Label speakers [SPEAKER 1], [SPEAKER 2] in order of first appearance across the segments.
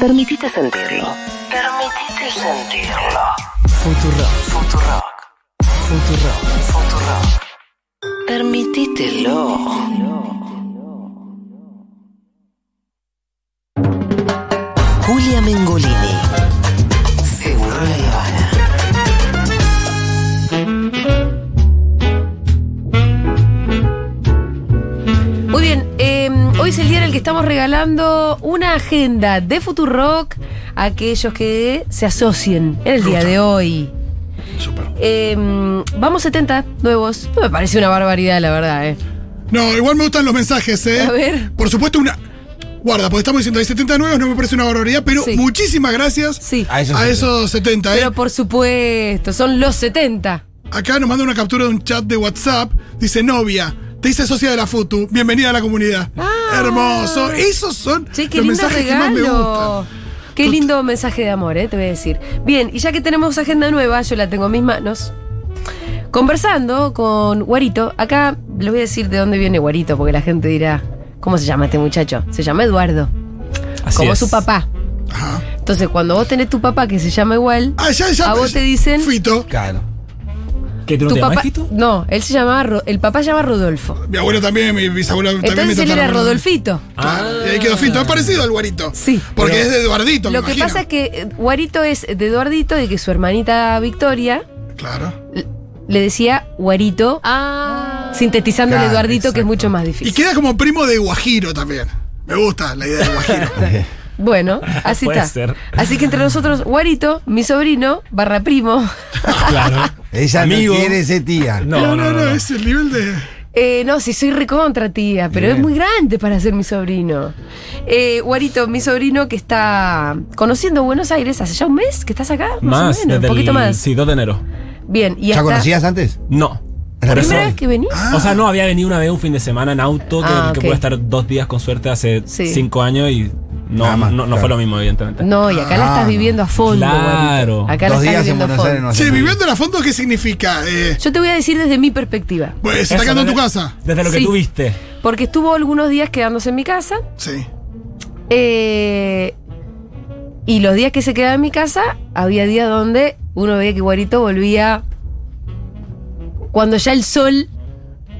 [SPEAKER 1] Permitite sentirlo. Permitite sentirlo.
[SPEAKER 2] Futurock,
[SPEAKER 1] Futurock.
[SPEAKER 2] Futurock,
[SPEAKER 1] Futurock. Permitítelo. Julia Mengolini. Seguro la Habana.
[SPEAKER 3] Muy bien, eh, hoy es el día en el que estamos regalando una agenda de Futurock a aquellos que se asocien en el día de hoy.
[SPEAKER 4] Súper.
[SPEAKER 3] Eh, vamos 70 nuevos. No me parece una barbaridad, la verdad, ¿eh?
[SPEAKER 4] No, igual me gustan los mensajes, ¿eh?
[SPEAKER 3] A ver.
[SPEAKER 4] Por supuesto, una. Guarda, porque estamos diciendo hay 79, no me parece una barbaridad, pero
[SPEAKER 3] Sí.
[SPEAKER 4] muchísimas gracias
[SPEAKER 3] Sí.
[SPEAKER 2] A esos
[SPEAKER 4] a esos 70, ¿eh?
[SPEAKER 3] Pero por supuesto, son los 70.
[SPEAKER 4] Acá nos manda una captura de un chat de WhatsApp. Dice novia. Te hice socia de la FUTU. Bienvenida a la comunidad. Hermoso. Esos son
[SPEAKER 3] Ah. Che, qué
[SPEAKER 4] los
[SPEAKER 3] lindo
[SPEAKER 4] mensajes que más me
[SPEAKER 3] regalo.
[SPEAKER 4] gustan.
[SPEAKER 3] Qué lindo mensaje de amor, eh, te voy a decir. Bien, y ya que tenemos agenda nueva, yo la tengo en mis manos. Conversando con Guarito, acá les voy a decir de dónde viene Guarito, porque la gente dirá, ¿cómo se llama este muchacho? Se llama Eduardo,
[SPEAKER 2] Así
[SPEAKER 3] como
[SPEAKER 2] es.
[SPEAKER 3] su papá.
[SPEAKER 4] Ajá.
[SPEAKER 3] Entonces, cuando vos tenés tu papá que se llama igual,
[SPEAKER 4] Ah, ya, ya.
[SPEAKER 3] a vos te dicen...
[SPEAKER 4] Fito.
[SPEAKER 2] Claro. ¿Qué, tú no
[SPEAKER 3] Tu
[SPEAKER 2] te
[SPEAKER 3] papá,
[SPEAKER 2] llamás Fito?
[SPEAKER 3] no, él se llamaba, Ro- el papá se llama Rodolfo.
[SPEAKER 4] Mi abuelo también, mi bisabuelo también.
[SPEAKER 3] Entonces
[SPEAKER 4] me
[SPEAKER 3] él era
[SPEAKER 4] trataron-
[SPEAKER 3] Rodolfito.
[SPEAKER 4] Claro, y ahí quedó Fito. Es parecido al guarito.
[SPEAKER 3] Sí.
[SPEAKER 4] Porque
[SPEAKER 2] Pero-
[SPEAKER 4] es de Eduardito, me
[SPEAKER 3] Lo que
[SPEAKER 4] imagino.
[SPEAKER 3] pasa es que eh, Guarito es de Eduardito y que su hermanita Victoria
[SPEAKER 4] Claro.
[SPEAKER 3] l- le decía Guarito, sintetizando el
[SPEAKER 2] Claro,
[SPEAKER 3] Eduardito, que es
[SPEAKER 2] exacto.
[SPEAKER 3] mucho más
[SPEAKER 4] Y
[SPEAKER 3] difícil.
[SPEAKER 4] queda como primo de Guajiro también. Me gusta la idea de Guajiro.
[SPEAKER 3] Bueno, así
[SPEAKER 2] Puede
[SPEAKER 3] está.
[SPEAKER 2] ser.
[SPEAKER 3] Así que entre nosotros, Guarito, mi sobrino, barra primo,
[SPEAKER 2] Claro.
[SPEAKER 5] Eh, Ella
[SPEAKER 2] Amigo.
[SPEAKER 5] no quiere ese tía.
[SPEAKER 2] No, no, no. no.
[SPEAKER 4] es el nivel de.
[SPEAKER 3] Eh, no, si soy recontra tía, pero
[SPEAKER 2] Bien.
[SPEAKER 3] es muy grande para ser mi sobrino. Eh, Guarito, mi sobrino que está conociendo Buenos Aires hace ya un mes que estás acá, más,
[SPEAKER 2] Más,
[SPEAKER 3] o menos, un
[SPEAKER 2] desde
[SPEAKER 3] poquito
[SPEAKER 2] el
[SPEAKER 3] más.
[SPEAKER 2] sí, 2 de enero.
[SPEAKER 3] Bien, y
[SPEAKER 5] ¿Ya
[SPEAKER 3] hasta
[SPEAKER 5] conocías antes?
[SPEAKER 2] No.
[SPEAKER 5] La
[SPEAKER 2] Por eso- Ah.
[SPEAKER 3] primera vez que venís.
[SPEAKER 2] O sea, no, había venido una vez un fin de semana en auto que,
[SPEAKER 3] Ah,
[SPEAKER 2] que
[SPEAKER 3] ok.
[SPEAKER 2] puede estar dos días con suerte hace
[SPEAKER 3] Sí.
[SPEAKER 2] cinco años y no,
[SPEAKER 5] Nada más,
[SPEAKER 2] no, no fue
[SPEAKER 5] claro.
[SPEAKER 2] lo mismo, evidentemente.
[SPEAKER 3] No, y acá la
[SPEAKER 5] Ah,
[SPEAKER 3] estás
[SPEAKER 5] no.
[SPEAKER 3] viviendo a fondo.
[SPEAKER 2] Claro.
[SPEAKER 3] Guarito. Acá la
[SPEAKER 5] Dos
[SPEAKER 3] estás
[SPEAKER 5] días en
[SPEAKER 3] viviendo a
[SPEAKER 5] Buenos
[SPEAKER 3] fondo.
[SPEAKER 5] Aires no
[SPEAKER 4] Che,
[SPEAKER 5] hace nada.
[SPEAKER 4] viviendo en la fondo, ¿qué significa? Eh,
[SPEAKER 3] Yo te voy a decir desde mi perspectiva,
[SPEAKER 4] pues, se
[SPEAKER 2] Eso,
[SPEAKER 4] está quedando en tu
[SPEAKER 2] desde-
[SPEAKER 4] casa.
[SPEAKER 2] Desde lo que
[SPEAKER 3] Sí.
[SPEAKER 2] tú viste.
[SPEAKER 3] porque estuvo algunos días quedándose en mi casa
[SPEAKER 4] Sí.
[SPEAKER 3] eh, y los días que se quedaba en mi casa había días donde uno veía que Guarito volvía cuando ya el sol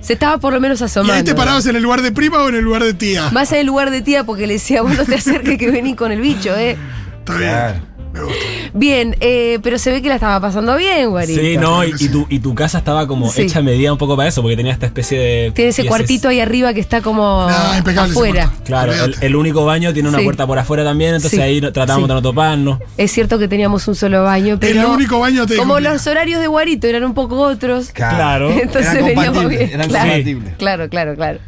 [SPEAKER 3] se estaba por lo menos
[SPEAKER 4] ¿Y
[SPEAKER 3] asomando.
[SPEAKER 4] ahí te parabas en el lugar de prima o en el lugar de tía?
[SPEAKER 3] Más en el lugar de tía porque le decía, vos no te acerques que venís con el bicho, ¿eh?
[SPEAKER 4] Está bien.
[SPEAKER 5] Claro.
[SPEAKER 4] Me gusta.
[SPEAKER 3] Bien, eh, pero se ve que la estaba pasando bien, Guarito.
[SPEAKER 2] Sí, no, y, y tu, y tu casa estaba como
[SPEAKER 3] Sí.
[SPEAKER 2] hecha medida un poco para eso, porque tenía esta especie de.
[SPEAKER 3] Tiene ese
[SPEAKER 2] piezas.
[SPEAKER 3] cuartito ahí arriba que está como
[SPEAKER 4] Ah, impecable ese
[SPEAKER 3] afuera.
[SPEAKER 4] cuarto.
[SPEAKER 2] Claro, el,
[SPEAKER 4] Olvídate.
[SPEAKER 2] el único baño tiene una
[SPEAKER 3] Sí.
[SPEAKER 2] puerta por afuera también, entonces
[SPEAKER 3] Sí.
[SPEAKER 2] ahí no- tratábamos
[SPEAKER 3] Sí.
[SPEAKER 2] de no toparnos.
[SPEAKER 3] Es cierto que teníamos un solo baño, pero.
[SPEAKER 4] el único baño te
[SPEAKER 3] Como
[SPEAKER 4] complica.
[SPEAKER 3] los horarios de Guarito eran un poco otros.
[SPEAKER 2] Claro.
[SPEAKER 3] Entonces
[SPEAKER 5] Eran
[SPEAKER 3] veníamos
[SPEAKER 5] compatibles,
[SPEAKER 3] bien.
[SPEAKER 5] eran
[SPEAKER 3] claro,
[SPEAKER 5] compatibles.
[SPEAKER 3] claro, claro, claro.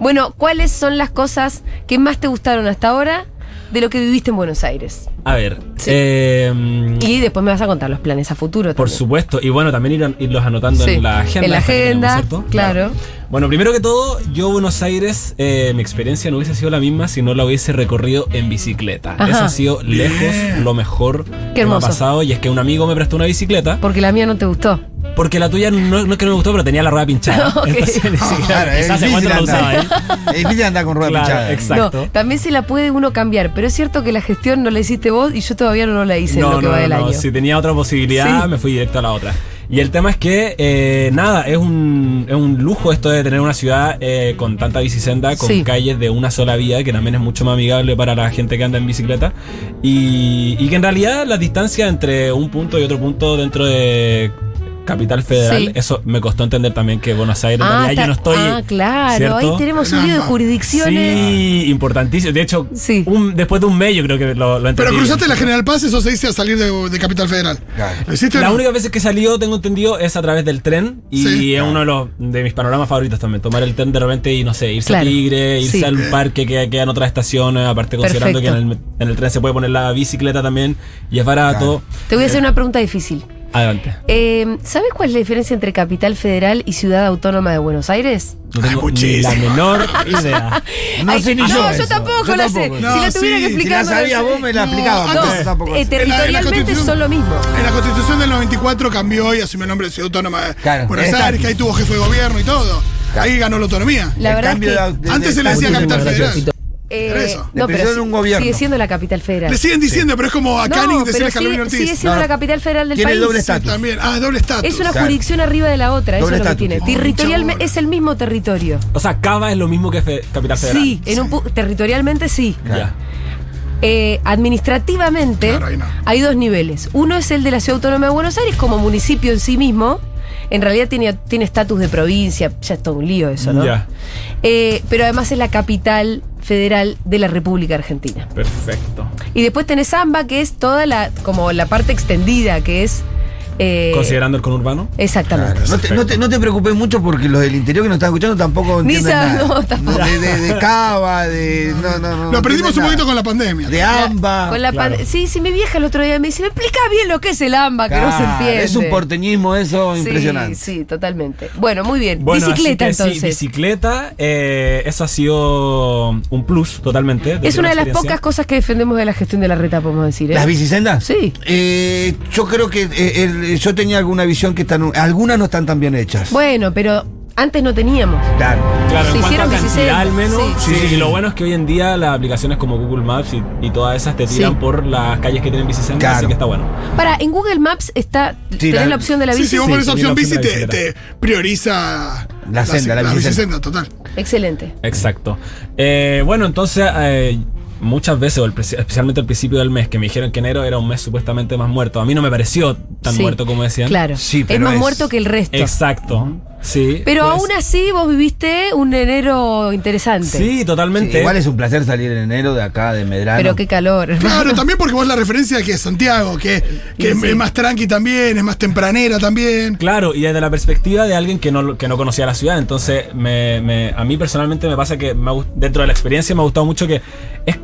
[SPEAKER 3] Bueno, ¿cuáles son las cosas que más te gustaron hasta ahora de lo que viviste en Buenos Aires?
[SPEAKER 2] A ver.
[SPEAKER 3] Sí.
[SPEAKER 2] eh,
[SPEAKER 3] Y después me vas a contar los planes a futuro.
[SPEAKER 2] por
[SPEAKER 3] también.
[SPEAKER 2] supuesto. Y bueno, también ir- irlos anotando
[SPEAKER 3] Sí,
[SPEAKER 2] en la agenda.
[SPEAKER 3] en la
[SPEAKER 2] esta que
[SPEAKER 3] agenda,
[SPEAKER 2] ¿cierto?
[SPEAKER 3] claro.
[SPEAKER 2] Bueno, primero que todo, yo Buenos Aires, eh, mi experiencia no hubiese sido la misma si no la hubiese recorrido en bicicleta.
[SPEAKER 3] Ajá.
[SPEAKER 2] Eso ha sido lejos lo mejor que me ha
[SPEAKER 3] hermoso.
[SPEAKER 2] pasado. Y es que un amigo me prestó una bicicleta,
[SPEAKER 3] Porque la mía no te gustó.
[SPEAKER 2] porque la tuya no, no es que no me gustó, pero tenía la rueda pinchada.
[SPEAKER 3] Ok.
[SPEAKER 2] Entonces ni siquiera-
[SPEAKER 5] Ah, Claro, es
[SPEAKER 2] quizás hace
[SPEAKER 5] difícil
[SPEAKER 2] cuánto no la usaba,
[SPEAKER 5] andar.
[SPEAKER 2] ¿eh?
[SPEAKER 5] Es difícil andar con rueda
[SPEAKER 2] Claro,
[SPEAKER 5] pinchada.
[SPEAKER 2] exacto.
[SPEAKER 3] No, también se la puede uno cambiar, pero es cierto que la gestión no la hiciste vos y yo todavía no la hice en lo que va del año.
[SPEAKER 2] Si tenía otra posibilidad,
[SPEAKER 3] Sí.
[SPEAKER 2] me fui directo a la otra. Y el tema es que, eh, nada, es un, es un lujo esto de tener una ciudad eh, con tanta bicicenda, con
[SPEAKER 3] Sí.
[SPEAKER 2] calles de una sola vía, que también es mucho más amigable para la gente que anda en bicicleta. Y, y que en realidad la distancia entre un punto y otro punto dentro de Capital Federal,
[SPEAKER 3] Sí.
[SPEAKER 2] eso me costó entender también que Buenos Aires, en
[SPEAKER 3] Ah,
[SPEAKER 2] realidad
[SPEAKER 3] está-
[SPEAKER 2] yo no estoy.
[SPEAKER 3] ah, claro, ahí
[SPEAKER 2] ¿cierto?
[SPEAKER 3] tenemos un lío de
[SPEAKER 4] Caramba.
[SPEAKER 3] jurisdicciones.
[SPEAKER 2] Sí, importantísimo. De hecho,
[SPEAKER 3] Sí.
[SPEAKER 2] un- después de un mes yo creo que lo, lo entendí.
[SPEAKER 4] Pero cruzaste
[SPEAKER 2] bien.
[SPEAKER 4] la General Paz, eso se dice a salir de, de Capital Federal.
[SPEAKER 5] Claro.
[SPEAKER 4] ¿Lo hiciste o
[SPEAKER 2] La
[SPEAKER 4] no?
[SPEAKER 2] única vez que salió, tengo entendido, es a través del tren. Y
[SPEAKER 4] Sí.
[SPEAKER 2] es uno de, los, de mis panoramas favoritos también. Tomar el tren de repente y, no sé, irse
[SPEAKER 3] Claro.
[SPEAKER 2] a Tigre, irse
[SPEAKER 3] Sí.
[SPEAKER 2] al parque que quedan otras estaciones. Aparte, considerando
[SPEAKER 3] Perfecto.
[SPEAKER 2] que en el, en el tren se puede poner la bicicleta también y es barato.
[SPEAKER 3] Te voy a hacer
[SPEAKER 2] Eh.
[SPEAKER 3] una pregunta difícil.
[SPEAKER 2] Adelante.
[SPEAKER 3] Eh, ¿Sabes cuál es la diferencia entre Capital Federal y Ciudad Autónoma de Buenos Aires?
[SPEAKER 2] No
[SPEAKER 4] Ay,
[SPEAKER 2] tengo ni
[SPEAKER 4] muchísimo.
[SPEAKER 2] la menor idea.
[SPEAKER 5] No
[SPEAKER 3] Ay, ah,
[SPEAKER 5] sé ni
[SPEAKER 3] no,
[SPEAKER 5] yo.
[SPEAKER 3] yo
[SPEAKER 5] eso.
[SPEAKER 3] tampoco
[SPEAKER 5] Yo
[SPEAKER 3] la sé.
[SPEAKER 5] tampoco.
[SPEAKER 3] si
[SPEAKER 4] No,
[SPEAKER 3] la tuviera que
[SPEAKER 4] sí, si
[SPEAKER 5] Si
[SPEAKER 3] explicar.
[SPEAKER 5] la
[SPEAKER 3] no la
[SPEAKER 5] sabía
[SPEAKER 3] sé.
[SPEAKER 5] vos me la
[SPEAKER 4] No,
[SPEAKER 5] explicabas.
[SPEAKER 4] antes-
[SPEAKER 5] pero yo tampoco
[SPEAKER 3] eh,
[SPEAKER 5] sé.
[SPEAKER 4] En la- en la
[SPEAKER 3] territorialmente
[SPEAKER 4] Constitución-
[SPEAKER 3] son lo mismo.
[SPEAKER 4] En la Constitución del 94 cambió y asumió el nombre de Ciudad Autónoma de
[SPEAKER 5] Claro,
[SPEAKER 4] Buenos
[SPEAKER 5] es
[SPEAKER 4] Aires,
[SPEAKER 5] Cali.
[SPEAKER 4] que ahí tuvo jefe de gobierno y todo. Ahí ganó la autonomía.
[SPEAKER 3] La
[SPEAKER 5] El
[SPEAKER 3] verdad es
[SPEAKER 5] cambio
[SPEAKER 3] que
[SPEAKER 5] de- de-
[SPEAKER 4] Antes
[SPEAKER 5] de-
[SPEAKER 4] se le decía
[SPEAKER 5] de-
[SPEAKER 4] Capital Federal.
[SPEAKER 3] eh,
[SPEAKER 4] Pero eso.
[SPEAKER 5] Le presiona
[SPEAKER 3] sí-
[SPEAKER 5] un gobierno.
[SPEAKER 3] Sigue siendo la capital federal.
[SPEAKER 4] Le siguen diciendo, pero es como a
[SPEAKER 3] No,
[SPEAKER 4] Canning
[SPEAKER 3] pero
[SPEAKER 4] decirle a
[SPEAKER 3] sigue,
[SPEAKER 4] Carolina Ortiz.
[SPEAKER 3] sigue siendo
[SPEAKER 5] No,
[SPEAKER 3] la capital federal del
[SPEAKER 5] tiene
[SPEAKER 3] país.
[SPEAKER 5] doble
[SPEAKER 4] Sí,
[SPEAKER 5] estatus.
[SPEAKER 4] también. Ah, doble estatus.
[SPEAKER 3] es una
[SPEAKER 5] Claro.
[SPEAKER 3] jurisdicción arriba de la otra, eso
[SPEAKER 5] Doble
[SPEAKER 3] es lo que
[SPEAKER 5] estatus,
[SPEAKER 3] tiene.
[SPEAKER 5] sí.
[SPEAKER 4] Mucha
[SPEAKER 3] Territorialmente
[SPEAKER 4] bola.
[SPEAKER 3] es el mismo territorio.
[SPEAKER 2] O sea, Cava es lo mismo que fe- Capital Federal.
[SPEAKER 3] Sí, en un pu- territorialmente sí.
[SPEAKER 2] Ya.
[SPEAKER 3] Eh, administrativamente
[SPEAKER 4] Claro, ahí no.
[SPEAKER 3] hay dos niveles. Uno es el de la Ciudad Autónoma de Buenos Aires como municipio en sí mismo. En realidad tiene tiene estatus de provincia, ya es todo un lío eso, ¿no?
[SPEAKER 2] Ya.
[SPEAKER 3] Eh, pero además es la capital federal de la República Argentina.
[SPEAKER 2] Perfecto.
[SPEAKER 3] Y después tenés AMBA, que es toda la, como la parte extendida, que es. eh,
[SPEAKER 2] Considerando el conurbano.
[SPEAKER 3] Exactamente.
[SPEAKER 5] Claro, No, te, no te- no te preocupes mucho porque los del interior que nos están escuchando tampoco
[SPEAKER 3] Ni
[SPEAKER 5] entienden
[SPEAKER 3] saben,
[SPEAKER 5] nada.
[SPEAKER 3] no, tampoco.
[SPEAKER 5] de, de- de cava, de. No, no, no.
[SPEAKER 4] Lo aprendimos un
[SPEAKER 5] entienden
[SPEAKER 4] poquito con la
[SPEAKER 5] nada.
[SPEAKER 4] pandemia.
[SPEAKER 5] De amba.
[SPEAKER 3] Con la
[SPEAKER 2] Claro.
[SPEAKER 3] pan- sí, sí, mi vieja el otro día me dice, me explica bien lo que es el AMBA, que no se
[SPEAKER 5] Claro,
[SPEAKER 3] entiende.
[SPEAKER 5] Es un porteñismo eso impresionante.
[SPEAKER 3] Sí, sí, totalmente. Bueno, muy bien.
[SPEAKER 2] Bueno, así
[SPEAKER 3] bicicleta
[SPEAKER 2] que
[SPEAKER 3] entonces.
[SPEAKER 2] Sí, bicicleta, eh, eso ha sido un plus totalmente.
[SPEAKER 3] es una de las
[SPEAKER 2] experiencia.
[SPEAKER 3] pocas cosas que defendemos de la gestión de la reta, podemos decir. ¿eh?
[SPEAKER 5] ¿Las bicisendas?
[SPEAKER 3] Sí.
[SPEAKER 5] Eh, yo creo que eh, el- yo tenía alguna visión que están. Algunas no están tan bien hechas.
[SPEAKER 3] Bueno, pero antes no teníamos.
[SPEAKER 5] Claro.
[SPEAKER 2] Claro,
[SPEAKER 3] Se
[SPEAKER 2] en cuanto a
[SPEAKER 3] hicieron
[SPEAKER 2] cantidad
[SPEAKER 3] 16.
[SPEAKER 2] al menos.
[SPEAKER 5] Sí.
[SPEAKER 2] Sí.
[SPEAKER 5] Sí.
[SPEAKER 2] y lo bueno es que hoy en día las aplicaciones como Google Maps y, y todas esas te tiran
[SPEAKER 3] Sí.
[SPEAKER 2] por las calles que tienen bicisendas,
[SPEAKER 5] Claro.
[SPEAKER 2] así que está bueno.
[SPEAKER 3] Para, en Google Maps está,
[SPEAKER 5] Sí,
[SPEAKER 3] tenés
[SPEAKER 5] la-
[SPEAKER 3] la, opción de la
[SPEAKER 4] Sí,
[SPEAKER 3] bici.
[SPEAKER 4] si vos pones
[SPEAKER 2] sí,
[SPEAKER 4] opción
[SPEAKER 2] la
[SPEAKER 4] bici,
[SPEAKER 2] opción
[SPEAKER 4] te,
[SPEAKER 2] de la
[SPEAKER 4] te prioriza
[SPEAKER 5] La senda, la bicicenda.
[SPEAKER 4] bicicenda, total.
[SPEAKER 3] Excelente.
[SPEAKER 2] Exacto. Eh, bueno, entonces eh, muchas veces, o el preci- especialmente al principio del mes, que me dijeron que enero era un mes supuestamente más muerto. A mí no me pareció tan
[SPEAKER 3] Sí,
[SPEAKER 2] muerto como decían.
[SPEAKER 3] Claro.
[SPEAKER 5] Sí,
[SPEAKER 3] es
[SPEAKER 5] pero
[SPEAKER 3] más
[SPEAKER 5] es-
[SPEAKER 3] muerto que el resto.
[SPEAKER 2] Exacto. Sí.
[SPEAKER 3] Pero
[SPEAKER 2] pues,
[SPEAKER 3] aún así vos viviste un enero interesante.
[SPEAKER 2] Sí,
[SPEAKER 5] Sí,
[SPEAKER 2] totalmente.
[SPEAKER 5] igual es un placer salir en enero de acá, de Medrano.
[SPEAKER 3] Pero qué calor. hermano.
[SPEAKER 4] Claro, también porque vos la referencia que es Santiago, que, que
[SPEAKER 3] Sí, sí.
[SPEAKER 4] es más tranqui también, es más tempranera también.
[SPEAKER 2] Claro, y desde la perspectiva de alguien que no, que no conocía la ciudad. Entonces, me- me- a mí personalmente me pasa que me ha gust- dentro de la experiencia me ha gustado mucho que es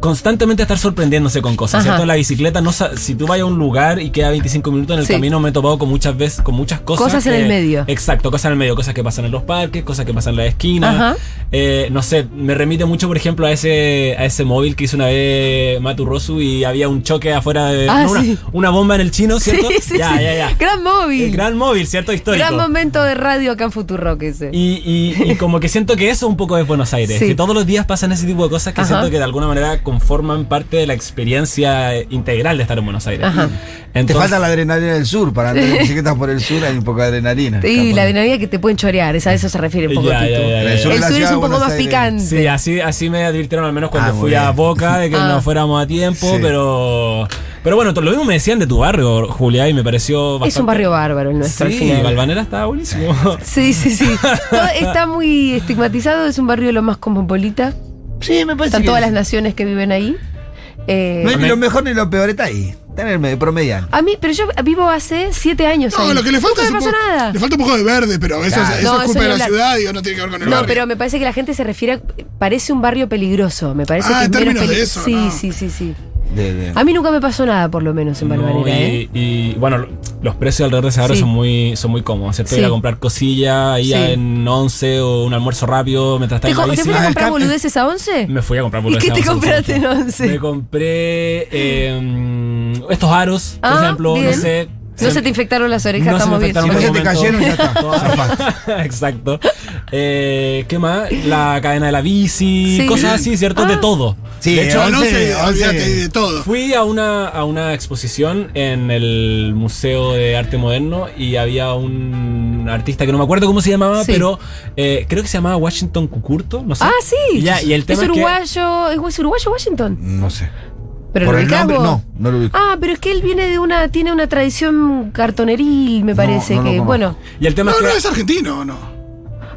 [SPEAKER 2] constantemente estar sorprendiéndose con cosas.
[SPEAKER 3] Ajá.
[SPEAKER 2] ¿cierto? En la bicicleta, no, sa- si tú vas a un lugar y queda 25 minutos en el
[SPEAKER 3] Sí.
[SPEAKER 2] camino, me he topado con muchas veces, con muchas cosas.
[SPEAKER 3] Cosas en
[SPEAKER 2] que-
[SPEAKER 3] el medio.
[SPEAKER 2] Exacto, cosas en el medio, cosas que pasan en los parques, cosas que pasan en la
[SPEAKER 3] Ajá.
[SPEAKER 2] esquina. Eh, no sé, me remite mucho, por ejemplo, a ese, a ese móvil que hizo una vez Matu Rosu y había un choque afuera de
[SPEAKER 3] Ah,
[SPEAKER 2] no, una,
[SPEAKER 3] sí.
[SPEAKER 2] una bomba en el chino, ¿cierto?
[SPEAKER 3] Sí, sí,
[SPEAKER 2] ya,
[SPEAKER 3] sí.
[SPEAKER 2] ya, ya.
[SPEAKER 3] Gran móvil.
[SPEAKER 2] El gran móvil, ¿cierto? Histórico.
[SPEAKER 3] Gran momento de radio acá en Futurock ese.
[SPEAKER 2] Y, y- y como que siento que eso un poco es Buenos Aires,
[SPEAKER 3] Sí.
[SPEAKER 2] que todos los días pasan ese tipo de cosas que
[SPEAKER 3] Ajá.
[SPEAKER 2] siento que de alguna manera conforman parte de la experiencia integral de estar en Buenos Aires.
[SPEAKER 3] Ajá.
[SPEAKER 5] Te
[SPEAKER 2] Entonces-
[SPEAKER 5] falta la adrenalina del sur. Para andar en bicicletas por el sur hay un poco de adrenalina.
[SPEAKER 3] Y la dinámica que te pueden chorear, es a eso se refiere un poco
[SPEAKER 2] Ya,
[SPEAKER 3] Tito.
[SPEAKER 2] ya, ya, ya.
[SPEAKER 5] El sur
[SPEAKER 3] El
[SPEAKER 5] de la
[SPEAKER 3] sur es
[SPEAKER 5] ciudad
[SPEAKER 3] un
[SPEAKER 5] de
[SPEAKER 3] poco
[SPEAKER 5] Buenos
[SPEAKER 3] más
[SPEAKER 5] Aires.
[SPEAKER 3] picante.
[SPEAKER 2] Sí, así, así me advirtieron al menos cuando
[SPEAKER 5] Ah, muy
[SPEAKER 2] fui a
[SPEAKER 5] bien.
[SPEAKER 2] Boca de que
[SPEAKER 3] Ah.
[SPEAKER 2] no fuéramos a tiempo,
[SPEAKER 5] Sí.
[SPEAKER 2] pero pero bueno, to- lo mismo me decían de tu barrio, Julia, y me pareció bastante...
[SPEAKER 3] Es un barrio bárbaro el nuestro al
[SPEAKER 2] Sí,
[SPEAKER 3] final.
[SPEAKER 2] Valvanera estaba buenísimo.
[SPEAKER 3] Sí, sí, sí. Todo está muy estigmatizado, es un barrio de lo más cosmopolita.
[SPEAKER 5] Sí, me parece.
[SPEAKER 3] Están
[SPEAKER 5] que
[SPEAKER 3] todas
[SPEAKER 5] es.
[SPEAKER 3] las naciones que viven ahí. Eh,
[SPEAKER 5] No es ni lo mejor ni lo peor, está ahí. Está en el medio, promedian.
[SPEAKER 3] a mí, pero yo vivo hace siete años.
[SPEAKER 4] No,
[SPEAKER 3] ahí.
[SPEAKER 4] lo que le
[SPEAKER 3] Nunca
[SPEAKER 4] falta es
[SPEAKER 3] me
[SPEAKER 4] un
[SPEAKER 3] pasó
[SPEAKER 4] poco-
[SPEAKER 3] nada.
[SPEAKER 4] Le falta un poco de verde, pero eso,
[SPEAKER 5] Claro.
[SPEAKER 4] es-
[SPEAKER 3] No,
[SPEAKER 4] eso
[SPEAKER 3] eso
[SPEAKER 4] es culpa
[SPEAKER 3] ni
[SPEAKER 4] de la
[SPEAKER 3] hablar.
[SPEAKER 4] ciudad, digo, no tiene que ver con el
[SPEAKER 3] No,
[SPEAKER 4] barrio.
[SPEAKER 3] pero me parece que la gente se refiere a- parece un barrio peligroso. Me parece
[SPEAKER 4] Ah,
[SPEAKER 3] que
[SPEAKER 4] en
[SPEAKER 3] es menos
[SPEAKER 4] términos de
[SPEAKER 3] peli-
[SPEAKER 4] eso,
[SPEAKER 3] Sí,
[SPEAKER 4] no.
[SPEAKER 3] sí, sí, sí.
[SPEAKER 5] De, de-
[SPEAKER 3] A mí nunca me pasó nada, por lo menos, en Valvanera.
[SPEAKER 2] No, y,
[SPEAKER 3] ¿eh?
[SPEAKER 2] y, bueno, lo- los precios alrededor de ese barrio
[SPEAKER 3] Sí.
[SPEAKER 2] son muy son muy cómodos, ¿cierto?
[SPEAKER 3] Sí.
[SPEAKER 2] Ir a comprar cosillas, ir
[SPEAKER 3] Sí.
[SPEAKER 2] a en 11 o un almuerzo rápido mientras
[SPEAKER 3] ¿Te,
[SPEAKER 2] estás
[SPEAKER 3] co-
[SPEAKER 2] en la
[SPEAKER 3] te
[SPEAKER 2] bici.
[SPEAKER 3] fuiste a
[SPEAKER 5] Ah, el
[SPEAKER 3] comprar
[SPEAKER 5] cap-
[SPEAKER 3] boludeces a 11?
[SPEAKER 2] eh, Me fui a comprar
[SPEAKER 3] ¿Y
[SPEAKER 2] boludeces
[SPEAKER 3] qué te
[SPEAKER 2] a Amazon,
[SPEAKER 3] compraste en
[SPEAKER 2] ¿cierto?
[SPEAKER 3] 11?
[SPEAKER 2] Me compré eh, estos aros, por
[SPEAKER 3] Ah,
[SPEAKER 2] ejemplo,
[SPEAKER 3] bien.
[SPEAKER 2] no sé.
[SPEAKER 3] No se te infectaron las orejas,
[SPEAKER 2] no se me
[SPEAKER 3] estamos bien.
[SPEAKER 2] infectaron
[SPEAKER 5] Si
[SPEAKER 2] por
[SPEAKER 5] no
[SPEAKER 2] el
[SPEAKER 5] se te
[SPEAKER 2] momento.
[SPEAKER 5] cayeron, ya está. Zafaste.
[SPEAKER 2] Exacto. Eh, ¿Qué más? La cadena de la bici,
[SPEAKER 3] Sí. Ah.
[SPEAKER 2] cosas así, ¿cierto? De todo.
[SPEAKER 5] Sí,
[SPEAKER 2] de
[SPEAKER 4] No,
[SPEAKER 5] once,
[SPEAKER 4] no sé,
[SPEAKER 5] once.
[SPEAKER 4] olvídate de todo.
[SPEAKER 2] Fui a una, a una exposición en el Museo de Arte Moderno y había un artista que no me acuerdo cómo se llamaba,
[SPEAKER 3] Sí.
[SPEAKER 2] pero eh, creo que se llamaba Washington Cucurto, no sé.
[SPEAKER 3] Ah, sí.
[SPEAKER 2] Y, ya, y el tema
[SPEAKER 3] es
[SPEAKER 2] es que-
[SPEAKER 3] uruguayo, es, es uruguayo Washington.
[SPEAKER 5] No sé.
[SPEAKER 3] Pero
[SPEAKER 5] Por
[SPEAKER 3] lo
[SPEAKER 5] el
[SPEAKER 3] ubicás
[SPEAKER 5] nombre,
[SPEAKER 3] vos.
[SPEAKER 5] no, no lo ubico.
[SPEAKER 3] Ah, pero es que él viene de una, tiene una tradición cartoneril, me
[SPEAKER 5] No,
[SPEAKER 3] parece.
[SPEAKER 5] no lo
[SPEAKER 3] que,
[SPEAKER 5] conozco.
[SPEAKER 3] bueno,
[SPEAKER 2] y el tema
[SPEAKER 4] No,
[SPEAKER 2] es que-
[SPEAKER 4] no, es argentino o no.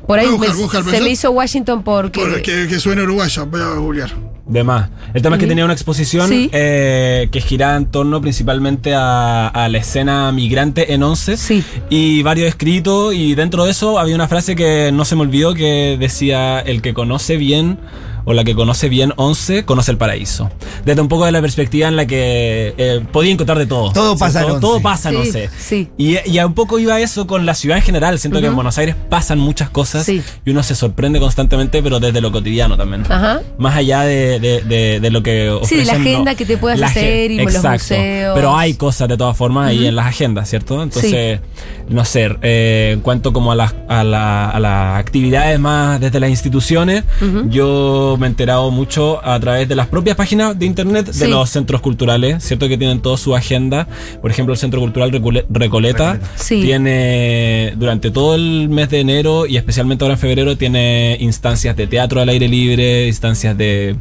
[SPEAKER 3] por ahí
[SPEAKER 4] Busca,
[SPEAKER 3] me-
[SPEAKER 4] busca,
[SPEAKER 3] se
[SPEAKER 4] pero
[SPEAKER 3] me
[SPEAKER 4] yo-
[SPEAKER 3] hizo Washington porque.
[SPEAKER 4] Porque que suena uruguayo, voy a googlear.
[SPEAKER 2] De más. El tema es que
[SPEAKER 3] Ujú.
[SPEAKER 2] tenía una exposición
[SPEAKER 3] Sí.
[SPEAKER 2] eh, que giraba en torno principalmente a, a la escena migrante en Once
[SPEAKER 3] Sí.
[SPEAKER 2] y varios escritos y dentro de eso había una frase que no se me olvidó que decía el que conoce bien o la que conoce bien Once conoce el paraíso. Desde un poco de la perspectiva en la que eh, podía encontrar de todo.
[SPEAKER 5] Todo pasa en
[SPEAKER 2] Todo,
[SPEAKER 5] Once.
[SPEAKER 2] todo pasa en
[SPEAKER 3] Sí,
[SPEAKER 2] Once.
[SPEAKER 3] sí.
[SPEAKER 2] Y, y a un poco iba eso con la ciudad en general. Siento que en Buenos Aires pasan muchas cosas
[SPEAKER 3] Sí.
[SPEAKER 2] y uno se sorprende constantemente pero desde lo cotidiano también
[SPEAKER 3] Ajá.
[SPEAKER 2] más allá de, de- de- de lo que
[SPEAKER 3] Sí,
[SPEAKER 2] ofrecen
[SPEAKER 3] de la agenda
[SPEAKER 2] lo-
[SPEAKER 3] que te puedas
[SPEAKER 2] la
[SPEAKER 3] hacer
[SPEAKER 2] agen-
[SPEAKER 3] y los
[SPEAKER 2] Exacto.
[SPEAKER 3] museos.
[SPEAKER 2] pero hay cosas de todas formas ahí en las agendas cierto entonces no sé eh, en cuanto como a las a la- a las actividades más desde las instituciones yo yo me he enterado mucho a través de las propias páginas de internet de
[SPEAKER 3] Sí.
[SPEAKER 2] los centros culturales, ¿cierto? Que tienen toda su agenda. Por ejemplo, el Centro Cultural Recule- Recoleta
[SPEAKER 3] Sí.
[SPEAKER 2] tiene durante todo el mes de enero y especialmente ahora en febrero tiene instancias de teatro al aire libre, instancias de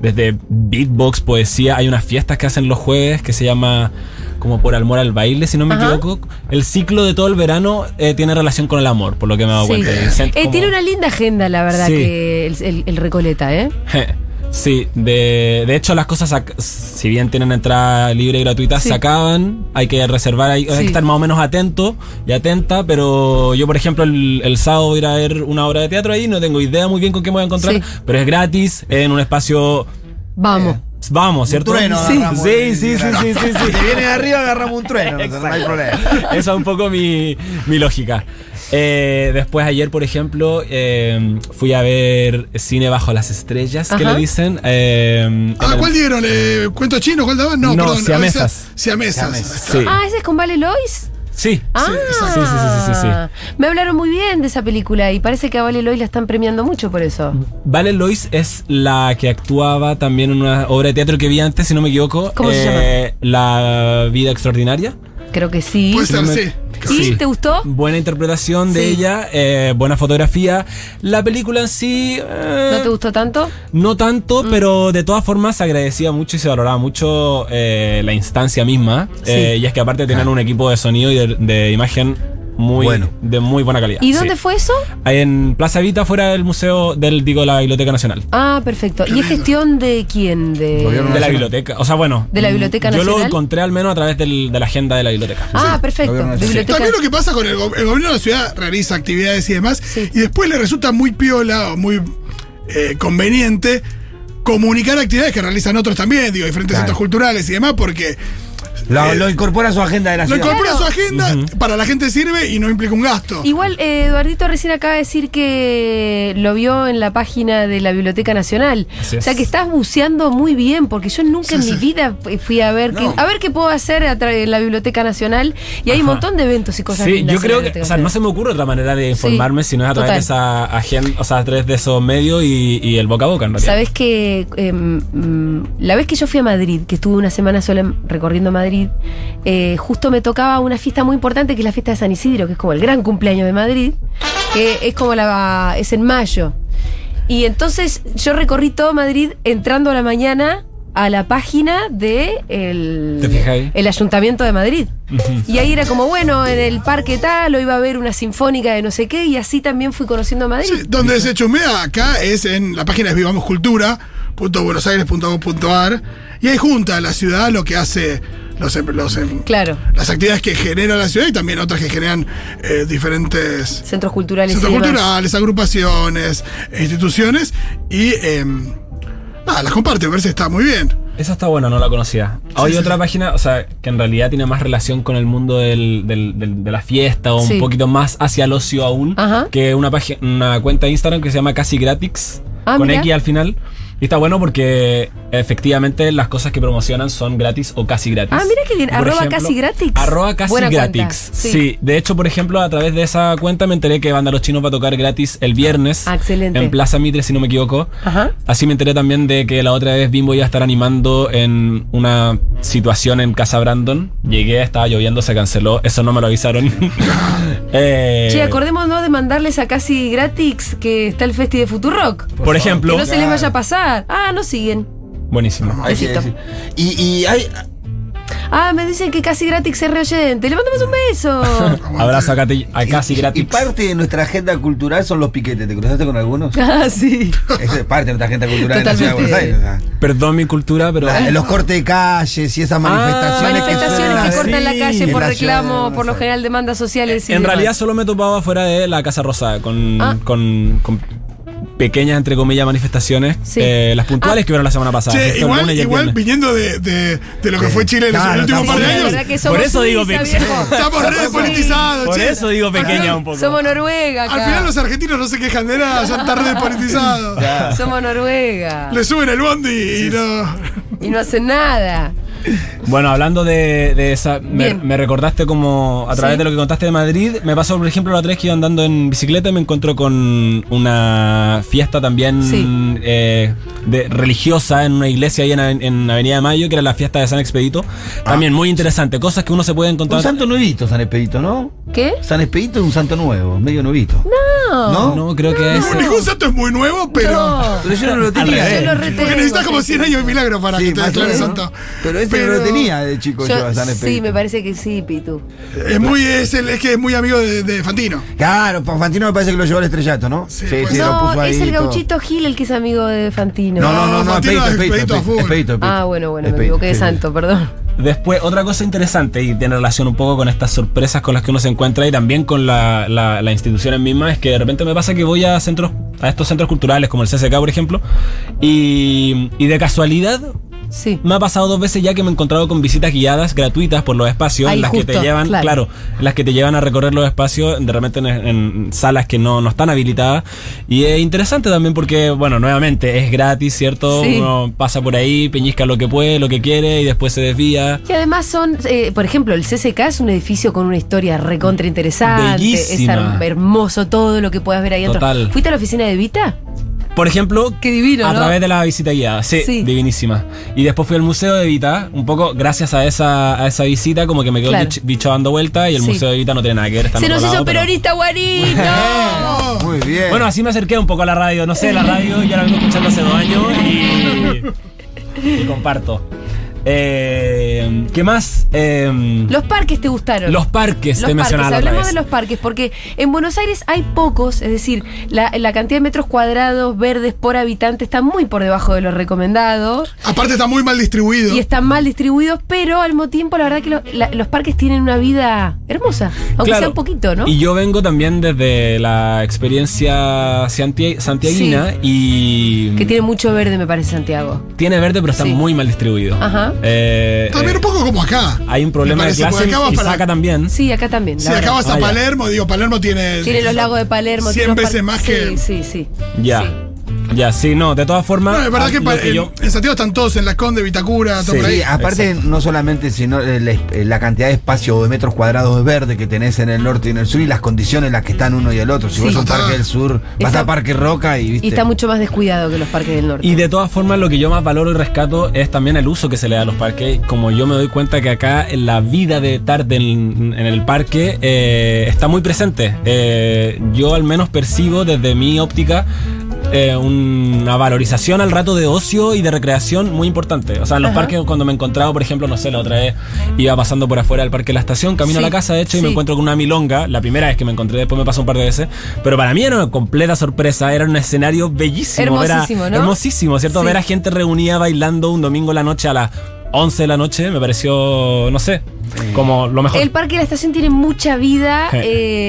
[SPEAKER 2] desde beatbox, poesía. Hay unas fiestas que hacen los jueves que se llama como por amor al baile, si no me
[SPEAKER 3] Ajá.
[SPEAKER 2] equivoco. El ciclo de todo el verano eh, tiene relación con el amor, por lo que me he dado
[SPEAKER 3] Sí.
[SPEAKER 2] cuenta. Y cent-
[SPEAKER 3] Eh,
[SPEAKER 2] como-
[SPEAKER 3] tiene una linda agenda, la verdad,
[SPEAKER 2] Sí.
[SPEAKER 3] que el, el- el Recoleta, ¿eh?
[SPEAKER 2] Sí, de, de hecho las cosas, ac- si bien tienen entrada libre y gratuita,
[SPEAKER 3] Sí.
[SPEAKER 2] se acaban, hay que reservar, hay, hay
[SPEAKER 3] Sí.
[SPEAKER 2] que estar más o menos atento y atenta, pero yo por ejemplo el, el sábado voy a ir a ver una obra de teatro ahí, no tengo idea muy bien con qué me voy a encontrar,
[SPEAKER 3] Sí.
[SPEAKER 2] pero es gratis, en un espacio...
[SPEAKER 3] Vamos.
[SPEAKER 2] Vamos, ¿cierto?
[SPEAKER 5] trueno
[SPEAKER 2] sí,
[SPEAKER 5] agarramos
[SPEAKER 2] sí,
[SPEAKER 5] el-
[SPEAKER 2] sí, sí, sí, sí, sí.
[SPEAKER 5] Si te viene de arriba, agarramos un trueno. no, no hay problema.
[SPEAKER 2] Esa es un poco mi, mi lógica. Eh, después ayer, por ejemplo, eh, fui a ver Cine Bajo las Estrellas, que
[SPEAKER 3] Ajá.
[SPEAKER 2] le dicen. eh, en
[SPEAKER 4] Ah,
[SPEAKER 2] el-
[SPEAKER 4] ¿cuál dieron? Eh, ¿Cuento chino? ¿Cuál daban? No,
[SPEAKER 2] No,
[SPEAKER 4] perdón.
[SPEAKER 2] siamesas.
[SPEAKER 4] Si a mesas.
[SPEAKER 5] Siamesas.
[SPEAKER 2] Sí.
[SPEAKER 3] Ah, ese es con Vale Lois.
[SPEAKER 2] Sí.
[SPEAKER 3] Ah,
[SPEAKER 2] sí, sí, sí, sí, sí, sí.
[SPEAKER 3] Me hablaron muy bien de esa película y parece que a Vale Lois la están premiando mucho por eso.
[SPEAKER 2] Vale Lois es la que actuaba también en una obra de teatro que vi antes, si no me equivoco.
[SPEAKER 3] ¿Cómo se
[SPEAKER 2] eh, La vida extraordinaria.
[SPEAKER 3] Creo que sí.
[SPEAKER 4] Puede ser,
[SPEAKER 2] me-
[SPEAKER 4] sí.
[SPEAKER 3] ¿Y
[SPEAKER 2] Sí. Mm.
[SPEAKER 3] te gustó?
[SPEAKER 2] Buena interpretación de
[SPEAKER 3] Oh. Sí.
[SPEAKER 2] ella, eh, buena fotografía. La película en sí. eh,
[SPEAKER 3] ¿No te Mm. gustó tanto?
[SPEAKER 2] No tanto, pero de todas formas se agradecía mucho y se valoraba mucho eh, la instancia misma.
[SPEAKER 3] Sí.
[SPEAKER 2] Eh, y es que aparte tenían un equipo de sonido y de, de imagen muy
[SPEAKER 5] Bueno.
[SPEAKER 2] de muy buena calidad.
[SPEAKER 3] ¿Y dónde
[SPEAKER 2] Sí.
[SPEAKER 3] fue eso?
[SPEAKER 2] En Plaza Vita, fuera del museo del digo la Biblioteca Nacional.
[SPEAKER 3] Ah, perfecto. ¿Y es gestión de quién?
[SPEAKER 5] Gobierno
[SPEAKER 2] De
[SPEAKER 3] De...
[SPEAKER 2] la
[SPEAKER 5] Nacional.
[SPEAKER 2] biblioteca, o sea, bueno. mm,
[SPEAKER 3] ¿De la Biblioteca
[SPEAKER 2] yo
[SPEAKER 3] Nacional?
[SPEAKER 2] lo encontré al menos a través del- de la agenda de la biblioteca.
[SPEAKER 3] Ah, perfecto.
[SPEAKER 5] Gobierno Nacional.
[SPEAKER 3] Biblioteca.
[SPEAKER 4] También lo que pasa con el, go- el gobierno de la ciudad realiza actividades y demás,
[SPEAKER 3] Sí.
[SPEAKER 4] y después le resulta muy piola o muy eh, conveniente comunicar actividades que realizan otros también, digo, diferentes
[SPEAKER 5] Claro.
[SPEAKER 4] centros culturales y demás, porque
[SPEAKER 5] Lo, Eh, lo incorpora a su agenda de la
[SPEAKER 4] lo
[SPEAKER 5] ciudad.
[SPEAKER 4] incorpora a su agenda, para la gente sirve y no implica un gasto.
[SPEAKER 3] Igual, eh, Eduardito recién acaba de decir que lo vio en la página de la Biblioteca Nacional.
[SPEAKER 2] Así
[SPEAKER 3] O sea
[SPEAKER 2] es.
[SPEAKER 3] que estás buceando muy bien, porque yo nunca en mi vida fui a ver,
[SPEAKER 5] No.
[SPEAKER 3] qué, a ver qué puedo hacer a tra- en la Biblioteca Nacional. Y hay un
[SPEAKER 2] Ajá.
[SPEAKER 3] montón de eventos y cosas
[SPEAKER 2] Sí,
[SPEAKER 3] lindas en
[SPEAKER 2] yo
[SPEAKER 3] la
[SPEAKER 2] creo que,
[SPEAKER 3] Biblioteca
[SPEAKER 2] o sea, no
[SPEAKER 3] Nacional.
[SPEAKER 2] se me ocurre otra manera de informarme
[SPEAKER 3] Sí,
[SPEAKER 2] si no es a través
[SPEAKER 3] total.
[SPEAKER 2] de esa agenda, o sea, a través de esos medios y, y el boca a boca en realidad.
[SPEAKER 3] Sabes que em, mm, la vez que yo fui a Madrid, que estuve una semana sola en- recorriendo Madrid, eh, justo me tocaba una fiesta muy importante que es la fiesta de San Isidro, que es como el gran cumpleaños de Madrid, que es como la es en mayo. Y entonces yo recorrí todo Madrid entrando a la mañana a la página de el,
[SPEAKER 2] ¿Te fijáis?
[SPEAKER 3] el Ayuntamiento de Madrid. Y ahí era como, bueno, en el parque tal, o iba a haber una sinfónica de no sé qué, y así también fui conociendo a Madrid.
[SPEAKER 4] Sí, donde se chumbea acá es en la página de Vivamos Cultura, punto buenosaires.gov.ar, y ahí junta la ciudad lo que hace los, em- los em-
[SPEAKER 3] Claro.
[SPEAKER 4] las actividades que genera la ciudad y también otras que generan eh, diferentes
[SPEAKER 3] Centros culturales. y
[SPEAKER 4] centros
[SPEAKER 3] demás.
[SPEAKER 4] culturales, agrupaciones, instituciones y em, nada, las comparte, me parece que está muy bien.
[SPEAKER 2] Esa está buena, no la conocía. Hay
[SPEAKER 4] sí,
[SPEAKER 2] otra
[SPEAKER 4] sí.
[SPEAKER 2] página, o sea, que en realidad tiene más relación con el mundo del- del- del- de la fiesta o
[SPEAKER 3] Sí.
[SPEAKER 2] un poquito más hacia el ocio aún,
[SPEAKER 3] Ajá.
[SPEAKER 2] que una, página, una cuenta de Instagram que se llama Casi Gratis,
[SPEAKER 3] Ah,
[SPEAKER 2] con
[SPEAKER 3] mira.
[SPEAKER 2] X al final. Y está bueno porque efectivamente las cosas que promocionan son gratis o casi gratis.
[SPEAKER 3] Ah, mira qué bien.
[SPEAKER 2] Por
[SPEAKER 3] Arroba casi gratis.
[SPEAKER 2] Arroba casi
[SPEAKER 3] Buena
[SPEAKER 2] gratis.
[SPEAKER 3] cuenta, sí.
[SPEAKER 2] Sí. de hecho, por ejemplo, a través de esa cuenta me enteré que Banda Los Chinos va a tocar gratis el viernes.
[SPEAKER 3] Ah, excelente.
[SPEAKER 2] En Plaza Mitre, si no me equivoco.
[SPEAKER 3] Ajá.
[SPEAKER 2] Así me enteré también de que la otra vez Bimbo iba a estar animando en una situación en Casa Brandon. Llegué, estaba lloviendo, se canceló. Eso no me lo avisaron. Eh,
[SPEAKER 3] Che, acordémonos de mandarles a casi gratis que está el Festi de Futurock.
[SPEAKER 2] por
[SPEAKER 3] Que
[SPEAKER 2] ejemplo.
[SPEAKER 3] no se les vaya a pasar. Ah, no siguen.
[SPEAKER 2] Buenísimo.
[SPEAKER 5] Ahí sí, ahí sí. Y, y hay.
[SPEAKER 3] Ah, me dicen que casi gratis es reoyente. Le mandamos un beso.
[SPEAKER 2] Abrazo a, Cati- a casi
[SPEAKER 5] y-
[SPEAKER 2] gratis.
[SPEAKER 5] Y parte de nuestra agenda cultural son los piquetes. ¿Te cruzaste con algunos?
[SPEAKER 3] ah, sí.
[SPEAKER 5] Esa es parte de nuestra agenda cultural en la ciudad de Buenos
[SPEAKER 3] Totalmente. Ah.
[SPEAKER 5] Aires. o sea.
[SPEAKER 2] Perdón mi cultura, pero.
[SPEAKER 5] La- los cortes de calles y esas manifestaciones,
[SPEAKER 3] Manifestaciones que
[SPEAKER 5] suenan,
[SPEAKER 3] cortan la
[SPEAKER 2] sí.
[SPEAKER 3] calle por
[SPEAKER 5] En la ciudad
[SPEAKER 3] reclamo,
[SPEAKER 5] de
[SPEAKER 3] por lo
[SPEAKER 5] Buenos
[SPEAKER 3] general demandas sociales. y
[SPEAKER 2] en
[SPEAKER 3] demás.
[SPEAKER 2] realidad solo me topaba afuera de la Casa Rosada con,
[SPEAKER 3] Ah.
[SPEAKER 2] con- con pequeñas, entre comillas, manifestaciones.
[SPEAKER 3] Sí.
[SPEAKER 2] eh, las puntuales
[SPEAKER 3] Ah.
[SPEAKER 2] que fueron la semana pasada.
[SPEAKER 4] Che,
[SPEAKER 2] Esto el
[SPEAKER 4] igual,
[SPEAKER 2] lunes y el
[SPEAKER 4] igual
[SPEAKER 2] viernes.
[SPEAKER 4] viniendo de, de- de lo que fue Chile en los-
[SPEAKER 5] Claro,
[SPEAKER 4] el último
[SPEAKER 3] Sí,
[SPEAKER 4] par de
[SPEAKER 3] la
[SPEAKER 4] años,
[SPEAKER 3] verdad que somos
[SPEAKER 2] Por eso digo
[SPEAKER 3] Suiza,
[SPEAKER 2] pe-
[SPEAKER 3] viejo.
[SPEAKER 4] estamos re
[SPEAKER 3] Somos-
[SPEAKER 4] politizados.
[SPEAKER 2] Por
[SPEAKER 4] che.
[SPEAKER 2] eso digo pequeña un poco.
[SPEAKER 3] Somos Noruega.
[SPEAKER 4] Al
[SPEAKER 3] acá.
[SPEAKER 4] final los argentinos no se quejan de nada, ya están re despolitizados.
[SPEAKER 3] Somos Noruega.
[SPEAKER 4] Le suben el bondi y no.
[SPEAKER 3] Y no hacen nada.
[SPEAKER 2] Bueno, hablando de, de esa, me,
[SPEAKER 3] Bien.
[SPEAKER 2] me recordaste como a través
[SPEAKER 3] Sí.
[SPEAKER 2] de lo que contaste de Madrid, me pasó por ejemplo la otra vez que iba andando en bicicleta y me encontró con una fiesta también
[SPEAKER 3] Sí.
[SPEAKER 2] eh, de, religiosa en una iglesia ahí en, Aven- en Avenida de Mayo, que era la fiesta de San Expedito. También muy interesante, cosas que uno se puede
[SPEAKER 5] Ah. Un
[SPEAKER 2] encontrar.
[SPEAKER 5] santo nuevito, San Expedito, ¿no?
[SPEAKER 3] ¿Qué?
[SPEAKER 5] San Expedito es un santo nuevo, medio nuevito.
[SPEAKER 3] No.
[SPEAKER 5] ¿No?
[SPEAKER 2] No, creo que es...
[SPEAKER 4] Ningún santo es muy nuevo, pero.
[SPEAKER 3] No.
[SPEAKER 5] Pero yo no lo tenía.
[SPEAKER 3] Yo lo
[SPEAKER 5] ¿eh?
[SPEAKER 4] Porque necesitas como
[SPEAKER 3] retengo.
[SPEAKER 4] 100 años de milagro para
[SPEAKER 5] Sí,
[SPEAKER 4] que te
[SPEAKER 5] más o
[SPEAKER 4] declares
[SPEAKER 5] menos.
[SPEAKER 4] santo.
[SPEAKER 5] Pero ese no lo tenía de chico yo,
[SPEAKER 3] Yo-
[SPEAKER 5] a San
[SPEAKER 3] sí,
[SPEAKER 5] Expedito.
[SPEAKER 3] me parece que sí, Pitu.
[SPEAKER 4] Es, muy, es, el- es que es muy amigo de, de Fantino.
[SPEAKER 5] Claro, pa- Fantino me parece que lo llevó al estrellato, ¿no? Sí, sí,
[SPEAKER 4] pues-
[SPEAKER 5] lo puso
[SPEAKER 3] no,
[SPEAKER 5] ahí
[SPEAKER 3] es el
[SPEAKER 5] todo.
[SPEAKER 3] gauchito Gil el que es amigo de Fantino.
[SPEAKER 5] No, no, no, no,
[SPEAKER 4] Fantino
[SPEAKER 5] Expedito,
[SPEAKER 4] es
[SPEAKER 5] Expedito,
[SPEAKER 4] Expedito a full.
[SPEAKER 5] Expedito, Expedito.
[SPEAKER 3] Ah, bueno, bueno, me
[SPEAKER 5] Expedito,
[SPEAKER 3] equivoqué de
[SPEAKER 5] sí.
[SPEAKER 3] santo, perdón.
[SPEAKER 2] Después, otra cosa interesante y tiene relación un poco con estas sorpresas con las que uno se encuentra y también con la, la, la institución misma, es que de repente me pasa que voy a centros, a estos centros culturales como el CSK, por ejemplo, y, y de casualidad
[SPEAKER 3] Sí.
[SPEAKER 2] me ha pasado dos veces ya que me he encontrado con visitas guiadas gratuitas por los espacios,
[SPEAKER 3] Ahí
[SPEAKER 2] las que
[SPEAKER 3] justo,
[SPEAKER 2] te llevan,
[SPEAKER 3] claro.
[SPEAKER 2] claro. las que te llevan a recorrer los espacios, de repente en, en salas que no, no están habilitadas. Y es interesante también porque, bueno, nuevamente es gratis, ¿cierto?
[SPEAKER 3] Sí.
[SPEAKER 2] Uno pasa por ahí, peñizca lo que puede, lo que quiere y después se desvía.
[SPEAKER 3] Y además son, eh, por ejemplo, el CCK es un edificio con una historia recontra interesante. Es
[SPEAKER 2] Bellísima.
[SPEAKER 3] her- hermoso todo lo que puedas ver ahí adentro.
[SPEAKER 2] Total.
[SPEAKER 3] ¿Fuiste a la oficina de Vita?
[SPEAKER 2] Por ejemplo,
[SPEAKER 3] Qué divino,
[SPEAKER 2] a
[SPEAKER 3] ¿no?
[SPEAKER 2] través de la visita guiada, sí,
[SPEAKER 3] Sí.
[SPEAKER 2] divinísima. Y después fui al Museo de Vita, un poco gracias a esa, a esa visita, como que me quedó
[SPEAKER 3] Claro.
[SPEAKER 2] el dich- bicho dando vuelta y el
[SPEAKER 3] Sí.
[SPEAKER 2] Museo de Vita no tiene nada que ver. está en
[SPEAKER 3] Se nos
[SPEAKER 2] otro
[SPEAKER 3] hizo
[SPEAKER 2] lado, pero-
[SPEAKER 3] peronista, guarito.
[SPEAKER 5] Muy bien.
[SPEAKER 2] Bueno, así me acerqué un poco a la radio, no sé, la radio ya la vengo escuchando hace dos años y, y comparto. Eh, ¿Qué más? Eh,
[SPEAKER 3] Los parques te gustaron.
[SPEAKER 2] los parques,
[SPEAKER 3] Los parques,
[SPEAKER 2] te mencionaba la otra
[SPEAKER 3] hablemos
[SPEAKER 2] vez.
[SPEAKER 3] de los parques, porque en Buenos Aires hay pocos, es decir, la, la cantidad de metros cuadrados verdes por habitante está muy por debajo de lo recomendado
[SPEAKER 4] Aparte, está muy mal distribuido.
[SPEAKER 3] y están mal distribuidos, pero al mismo tiempo la verdad que lo- la- los parques tienen una vida hermosa, aunque sea
[SPEAKER 2] Claro.
[SPEAKER 3] un poquito, ¿no?
[SPEAKER 2] Y yo vengo también desde la experiencia santi- santiaguina y...
[SPEAKER 3] que tiene mucho verde, me parece, Santiago.
[SPEAKER 2] Tiene verde, pero está
[SPEAKER 3] Sí.
[SPEAKER 2] muy mal distribuido.
[SPEAKER 3] Ajá.
[SPEAKER 2] Eh,
[SPEAKER 4] También
[SPEAKER 2] eh,
[SPEAKER 4] un poco como acá.
[SPEAKER 2] hay un problema
[SPEAKER 4] Me
[SPEAKER 2] de
[SPEAKER 4] parece,
[SPEAKER 2] clase
[SPEAKER 4] porque acá vas
[SPEAKER 2] y
[SPEAKER 4] para-
[SPEAKER 2] saca también.
[SPEAKER 3] Sí, acá también. la
[SPEAKER 4] Si
[SPEAKER 3] verdad.
[SPEAKER 4] acabas a
[SPEAKER 2] Ah, ya.
[SPEAKER 4] Palermo, digo, Palermo tiene.
[SPEAKER 3] Tiene los lagos de Palermo.
[SPEAKER 4] 100
[SPEAKER 3] tiene los
[SPEAKER 4] veces
[SPEAKER 3] par-
[SPEAKER 4] más que-
[SPEAKER 3] Sí, sí, sí.
[SPEAKER 2] Ya.
[SPEAKER 3] Sí.
[SPEAKER 2] Ya, sí, no, de todas formas.
[SPEAKER 4] No, es verdad
[SPEAKER 2] ah,
[SPEAKER 4] que,
[SPEAKER 2] lo
[SPEAKER 4] pa-
[SPEAKER 2] que yo-
[SPEAKER 4] en, en Santiago están todos en la Conde, Vitacura, todo
[SPEAKER 2] Sí.
[SPEAKER 4] por
[SPEAKER 5] Sí,
[SPEAKER 4] ahí.
[SPEAKER 5] aparte no solamente sino el es- eh, la cantidad de espacio o de metros cuadrados de verde que tenés en el norte y en el sur y las condiciones en las que están uno y el otro. Si
[SPEAKER 3] Sí. Ah.
[SPEAKER 5] vos vas a un parque del sur, vas
[SPEAKER 3] Está-
[SPEAKER 5] a Parque Roca y viste.
[SPEAKER 3] Y está mucho más descuidado que los parques del norte.
[SPEAKER 2] Y de todas formas, lo que yo más valoro y rescato es también el uso que se le da a los parques. Como yo me doy cuenta que acá en la vida de tarde en, en el parque eh, está muy presente. Eh, yo al menos percibo desde mi óptica eh, una valorización al rato de ocio y de recreación muy importante. O sea, en los
[SPEAKER 3] Ajá.
[SPEAKER 2] parques cuando me encontraba, por ejemplo, no sé, la otra vez iba pasando por afuera del parque de la estación, camino
[SPEAKER 3] Sí,
[SPEAKER 2] a la casa, de hecho, y
[SPEAKER 3] sí.
[SPEAKER 2] me encuentro con una milonga, la primera vez que me encontré, después me pasó un par de veces, pero para mí era una completa sorpresa, era un escenario bellísimo, era
[SPEAKER 3] Hermosísimo, ¿no?
[SPEAKER 2] hermosísimo, ¿cierto?
[SPEAKER 3] Sí.
[SPEAKER 2] Ver a gente reunida bailando un domingo en la noche a las 11 de la noche me pareció, no sé, como lo mejor.
[SPEAKER 3] El parque de la estación tiene mucha vida.
[SPEAKER 2] Sí.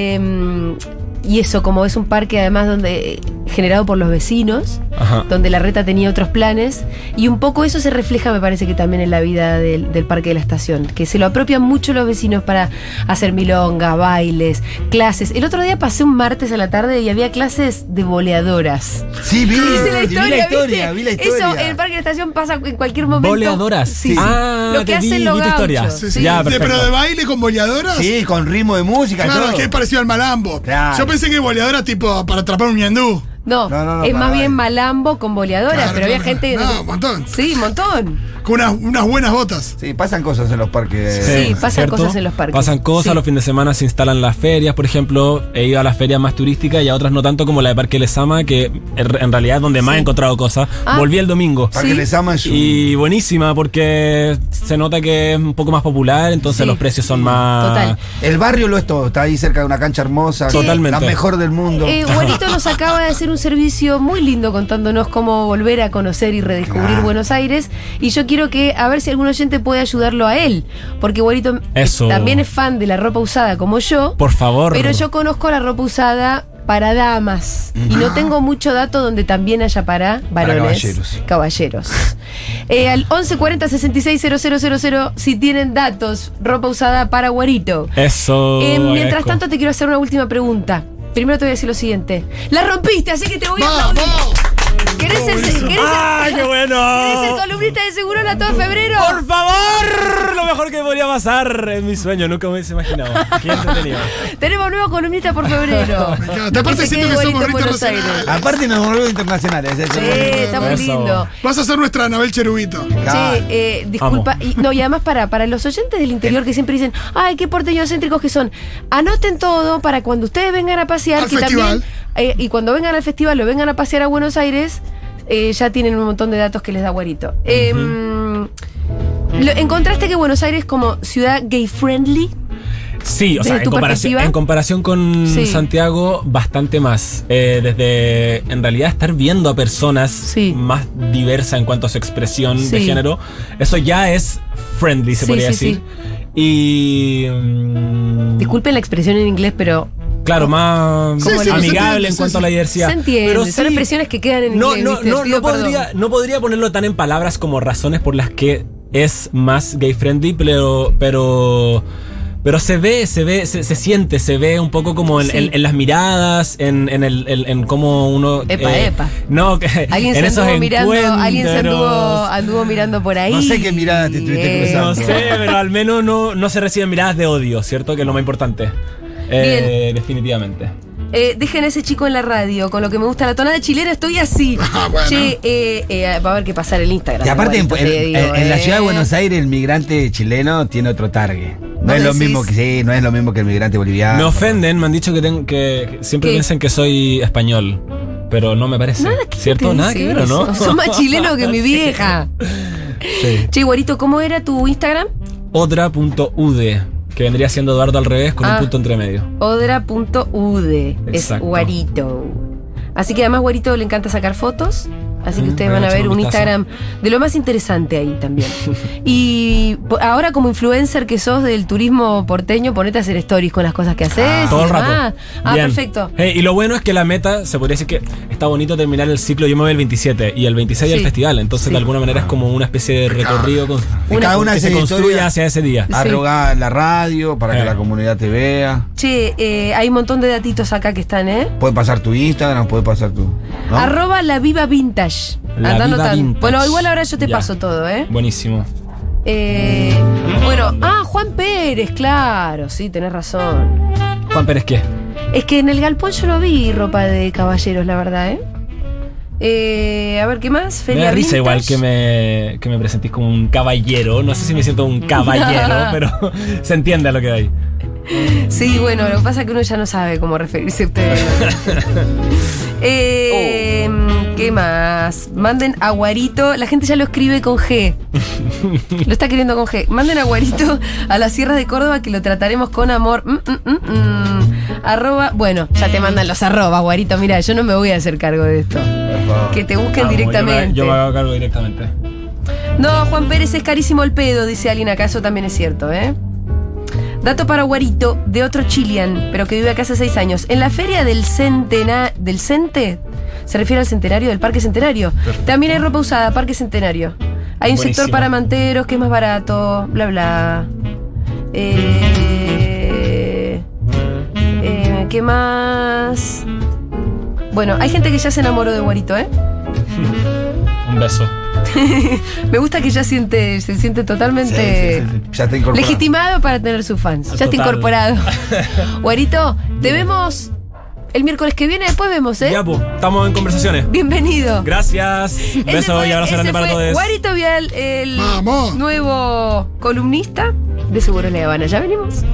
[SPEAKER 3] eh, y eso, como es un parque además donde generado por los vecinos,
[SPEAKER 2] Ajá.
[SPEAKER 3] donde la reta tenía otros planes. Y un poco eso se refleja, me parece que también en la vida del, del parque de la estación, que se lo apropian mucho los vecinos para hacer milongas, bailes, clases. El otro día pasé un martes a la tarde y había clases de boleadoras.
[SPEAKER 5] Sí, vi,
[SPEAKER 3] Hice la
[SPEAKER 5] vi
[SPEAKER 3] historia,
[SPEAKER 5] historia,
[SPEAKER 3] ¿viste?
[SPEAKER 5] vi la historia.
[SPEAKER 3] Eso en el parque de la estación pasa en cualquier momento.
[SPEAKER 2] Boleadoras.
[SPEAKER 3] Sí.
[SPEAKER 2] Ah,
[SPEAKER 3] lo que
[SPEAKER 2] te
[SPEAKER 3] hacen
[SPEAKER 2] vi,
[SPEAKER 3] los
[SPEAKER 2] vi tu historia.
[SPEAKER 3] gauchos.
[SPEAKER 4] Sí, sí.
[SPEAKER 2] Ya,
[SPEAKER 4] De-
[SPEAKER 2] perfecto.
[SPEAKER 4] pero de baile con boleadoras.
[SPEAKER 5] Sí, con ritmo de música. y
[SPEAKER 4] Claro,
[SPEAKER 5] todo.
[SPEAKER 4] que es parecido al malambo.
[SPEAKER 5] Claro.
[SPEAKER 4] Yo pensé que boleadora tipo para atrapar un ñandú.
[SPEAKER 3] No,
[SPEAKER 5] No, no, no,
[SPEAKER 3] es más
[SPEAKER 5] para-
[SPEAKER 3] bien malambo con boleadoras,
[SPEAKER 4] Claro,
[SPEAKER 3] pero había
[SPEAKER 4] claro.
[SPEAKER 3] gente.
[SPEAKER 4] No, un montón.
[SPEAKER 3] Sí, un montón.
[SPEAKER 4] Con unas, unas buenas botas.
[SPEAKER 5] Sí, pasan cosas en los parques.
[SPEAKER 3] Sí. pasan cosas en los parques.
[SPEAKER 2] Pasan cosas,
[SPEAKER 3] Sí.
[SPEAKER 2] los fines de semana se instalan las ferias, por ejemplo, he ido a las ferias más turísticas y a otras no tanto como la de Parque Lesama, que en en realidad es donde más he encontrado cosas.
[SPEAKER 3] Ah.
[SPEAKER 2] Volví el domingo.
[SPEAKER 5] Parque
[SPEAKER 3] Sí.
[SPEAKER 5] Les Ama es un-
[SPEAKER 2] Y buenísima porque se nota que es un poco más popular, entonces
[SPEAKER 3] Sí.
[SPEAKER 2] los precios son más...
[SPEAKER 3] Total.
[SPEAKER 5] El barrio lo es todo, está ahí cerca de una cancha hermosa,
[SPEAKER 2] Sí. Totalmente.
[SPEAKER 5] la mejor del mundo.
[SPEAKER 3] Eh, Juanito nos acaba de hacer un servicio muy lindo contándonos cómo volver a conocer y redescubrir
[SPEAKER 5] Ah.
[SPEAKER 3] Buenos Aires. Y yo quiero que, a ver si algún oyente puede ayudarlo a él. Porque Juanito
[SPEAKER 2] Eso.
[SPEAKER 3] también es fan de la ropa usada como yo.
[SPEAKER 2] Por favor.
[SPEAKER 3] Pero yo conozco la ropa usada para damas y no tengo mucho dato donde también haya para varones.
[SPEAKER 5] caballeros.
[SPEAKER 3] caballeros. Eh, al 1140 000 si tienen datos, ropa usada para guarito.
[SPEAKER 2] Eso.
[SPEAKER 3] Eh, mientras
[SPEAKER 2] agradezco.
[SPEAKER 3] tanto te quiero hacer una última pregunta. Primero te voy a decir lo siguiente. La rompiste, así que te voy a aplaudir.
[SPEAKER 4] ¡Vamos!
[SPEAKER 3] ¿Querés ser, querés ser-
[SPEAKER 2] ¡Ah, qué bueno!
[SPEAKER 3] querés ser columnista de Seguro la todo febrero?
[SPEAKER 2] ¡Por favor! mejor que podría pasar en mi sueño, nunca me hubiese imaginado. Qué entretenido.
[SPEAKER 3] Tenemos nuevo columnista por febrero.
[SPEAKER 4] Me encanta. Aparte
[SPEAKER 3] se
[SPEAKER 4] siento
[SPEAKER 3] quede
[SPEAKER 4] que somos
[SPEAKER 3] bonito en Buenos
[SPEAKER 4] internacionales.
[SPEAKER 5] Aparte nos volvemos internacionales. eso
[SPEAKER 3] Sí,
[SPEAKER 5] es lo lindo.
[SPEAKER 3] está muy
[SPEAKER 2] Eso.
[SPEAKER 3] lindo.
[SPEAKER 4] Vas a ser nuestra Anabel Cherubito.
[SPEAKER 2] Ah.
[SPEAKER 5] Claro.
[SPEAKER 3] Sí, eh, disculpa. Y, no, y además para, para los oyentes del interior que siempre dicen, ay, qué porteñocéntricos que son. Anoten todo para cuando ustedes vengan a pasear,
[SPEAKER 4] Al
[SPEAKER 3] que
[SPEAKER 4] festival.
[SPEAKER 3] también, eh, y cuando vengan al festival o vengan a pasear a Buenos Aires, eh, ya tienen un montón de datos que les da Guarito. Eh, lo- ¿Encontraste que Buenos Aires como ciudad gay friendly?
[SPEAKER 2] Sí, o sea,
[SPEAKER 3] ¿Desde
[SPEAKER 2] en
[SPEAKER 3] tu
[SPEAKER 2] comparación,
[SPEAKER 3] perspectiva?
[SPEAKER 2] en comparación con
[SPEAKER 3] Sí.
[SPEAKER 2] Santiago, bastante más. Eh, desde, en realidad, estar viendo a personas
[SPEAKER 3] Sí.
[SPEAKER 2] más diversas en cuanto a su expresión de
[SPEAKER 3] Sí.
[SPEAKER 2] género, eso ya es friendly, se
[SPEAKER 3] Sí,
[SPEAKER 2] podría
[SPEAKER 3] sí,
[SPEAKER 2] decir. Y. mm,
[SPEAKER 3] Disculpen la expresión en inglés, pero
[SPEAKER 2] Claro, más
[SPEAKER 4] Sí, sí,
[SPEAKER 2] amigable
[SPEAKER 4] se entiende,
[SPEAKER 2] en
[SPEAKER 4] sí,
[SPEAKER 2] cuanto
[SPEAKER 4] sí.
[SPEAKER 2] a la diversidad.
[SPEAKER 3] Se entiende,
[SPEAKER 2] ah, Pero
[SPEAKER 3] son expresiones que quedan en
[SPEAKER 2] no,
[SPEAKER 3] inglés,
[SPEAKER 2] No,
[SPEAKER 3] ¿viste?
[SPEAKER 2] no,
[SPEAKER 3] Pido
[SPEAKER 2] no, podría, no podría ponerlo tan en palabras como razones por las que es más gay friendly, pero. pero pero se ve, se ve, se, se siente, se ve un poco como en,
[SPEAKER 3] Sí.
[SPEAKER 2] en- en las miradas, en, en, el, en, en cómo uno. eh,
[SPEAKER 3] Epa, epa.
[SPEAKER 2] No, que-
[SPEAKER 3] alguien
[SPEAKER 2] en
[SPEAKER 3] se
[SPEAKER 2] esos
[SPEAKER 3] anduvo mirando, alguien se anduvo, eh,
[SPEAKER 2] encuentros.
[SPEAKER 3] anduvo mirando por ahí.
[SPEAKER 5] No sé qué mirada te estuviste cruzando.
[SPEAKER 2] No sé, pero al menos no, no se reciben miradas de odio, ¿cierto? Que es lo más importante. Eh, definitivamente.
[SPEAKER 3] Eh, dejen a ese chico en la radio, con lo que me gusta la tonada chilena, estoy así.
[SPEAKER 4] Ah, bueno.
[SPEAKER 3] Che, eh, eh, va a haber que pasar el Instagram.
[SPEAKER 5] Y aparte, en,
[SPEAKER 3] igualito, te
[SPEAKER 5] en-
[SPEAKER 3] digo,
[SPEAKER 5] en la
[SPEAKER 3] eh.
[SPEAKER 5] ciudad de Buenos Aires, el migrante chileno tiene otro target. No
[SPEAKER 3] ¿Vos
[SPEAKER 5] es lo
[SPEAKER 3] decís?
[SPEAKER 5] mismo que sí, no es lo mismo que el migrante boliviano.
[SPEAKER 2] Me ofenden, me han dicho que, tengo, que que siempre
[SPEAKER 3] ¿Qué?
[SPEAKER 2] piensan que soy español, pero no me parece.
[SPEAKER 3] Nada que
[SPEAKER 2] ¿Cierto?
[SPEAKER 3] te
[SPEAKER 2] Nada
[SPEAKER 3] dice
[SPEAKER 2] que ver, ¿o
[SPEAKER 3] eso.
[SPEAKER 2] ¿no?
[SPEAKER 3] Sos más chileno que mi vieja.
[SPEAKER 2] Sí.
[SPEAKER 3] Che, Guarito, ¿cómo era tu Instagram?
[SPEAKER 2] Otra.ud, que vendría siendo Eduardo al revés con
[SPEAKER 3] Ah.
[SPEAKER 2] un punto entre medio.
[SPEAKER 3] Odra.ude. Es
[SPEAKER 2] Exacto.
[SPEAKER 3] Guarito. Así que además Guarito le encanta sacar fotos. Así que
[SPEAKER 2] Mm,
[SPEAKER 3] ustedes
[SPEAKER 2] voy a
[SPEAKER 3] van a
[SPEAKER 2] echar
[SPEAKER 3] ver
[SPEAKER 2] un
[SPEAKER 3] un
[SPEAKER 2] vistazo.
[SPEAKER 3] Instagram de lo más interesante ahí también. y po- ahora como influencer que sos del turismo porteño, ponete a hacer stories con las cosas que haces. y
[SPEAKER 2] Ah, Todo el
[SPEAKER 3] demás.
[SPEAKER 2] rato.
[SPEAKER 3] Ah,
[SPEAKER 2] Bien.
[SPEAKER 3] perfecto.
[SPEAKER 2] Eh, y lo bueno es que la meta, se podría decir que está bonito terminar el ciclo. Yo me voy el 27 y el 26
[SPEAKER 3] Sí.
[SPEAKER 2] el festival. Entonces,
[SPEAKER 3] Sí.
[SPEAKER 2] de alguna manera es como una especie de recorrido con,
[SPEAKER 5] Y cada una
[SPEAKER 2] que
[SPEAKER 5] hace
[SPEAKER 2] se construye
[SPEAKER 5] historia.
[SPEAKER 2] hacia ese día.
[SPEAKER 5] Ah, Arroga la radio para que
[SPEAKER 2] Eh.
[SPEAKER 5] la comunidad te vea.
[SPEAKER 3] Che, eh, hay un montón de datitos acá que están, ¿eh?
[SPEAKER 5] Puede pasar tu Instagram, puede pasar tu. ¿no?
[SPEAKER 3] Arroba la viva vintage. Andá
[SPEAKER 2] La Viva
[SPEAKER 3] anotando.
[SPEAKER 2] Vintage.
[SPEAKER 3] Bueno, igual ahora yo te
[SPEAKER 2] Ya.
[SPEAKER 3] paso todo, ¿eh?
[SPEAKER 2] Buenísimo.
[SPEAKER 3] Eh, Bueno, ah, Juan Pérez, claro, sí, tenés razón.
[SPEAKER 2] Juan Pérez, ¿qué?
[SPEAKER 3] Es que en el galpón yo no vi ropa de caballeros, la verdad, ¿eh? Eh, a ver, ¿qué más?
[SPEAKER 2] Me
[SPEAKER 3] Feria
[SPEAKER 2] da risa
[SPEAKER 3] Vintage.
[SPEAKER 2] igual que me, que me presentís como un caballero. No sé si me siento un caballero, pero se entiende a lo que hay.
[SPEAKER 3] Sí, bueno, lo que pasa es que uno ya no sabe cómo referirse a ustedes. Eh, ¿Qué más? Manden a Guarito. La gente ya lo escribe con G. Lo está queriendo con G. Manden a Guarito a las sierras de Córdoba que lo trataremos con amor. Mm, mm, mm, mm. Arroba. Bueno, ya te mandan los arrobas, Guarito. Mira, yo no me voy a hacer cargo de esto. Que te busquen
[SPEAKER 2] Vamos, yo me-
[SPEAKER 3] directamente.
[SPEAKER 2] Yo me, hago cargo directamente.
[SPEAKER 3] No, Juan Pérez es carísimo el pedo, dice alguien acá, eso también es cierto, ¿eh? Dato para Guarito, de otro chilean, pero que vive acá hace seis años. En la feria del Centena, del Cente, se refiere al centenario, del Parque Centenario. También hay ropa usada, Parque Centenario. Hay un
[SPEAKER 2] Buenísimo.
[SPEAKER 3] sector para manteros que es más barato, bla, bla. Eh, eh, ¿Qué más? Bueno, hay gente que ya se enamoró de Guarito, ¿eh?
[SPEAKER 2] Un beso.
[SPEAKER 3] Me gusta que ya siente, se siente
[SPEAKER 5] Sí,
[SPEAKER 3] totalmente...
[SPEAKER 5] sí, sí, sí. Ya está incorporado.
[SPEAKER 3] Legitimado para tener sus fans. Ya está
[SPEAKER 2] Total.
[SPEAKER 3] incorporado. Guarito, te vemos el miércoles que viene, después vemos, ¿eh?
[SPEAKER 2] Ya, pues, estamos en conversaciones.
[SPEAKER 3] Bienvenido.
[SPEAKER 2] Gracias.
[SPEAKER 3] Ese
[SPEAKER 2] Beso
[SPEAKER 3] fue-
[SPEAKER 2] y abrazo
[SPEAKER 3] ese
[SPEAKER 2] grande para
[SPEAKER 3] fue
[SPEAKER 2] todos.
[SPEAKER 3] Guarito Vial, el
[SPEAKER 4] Vamos.
[SPEAKER 3] nuevo columnista de Seguro La Habana. ¿Ya venimos?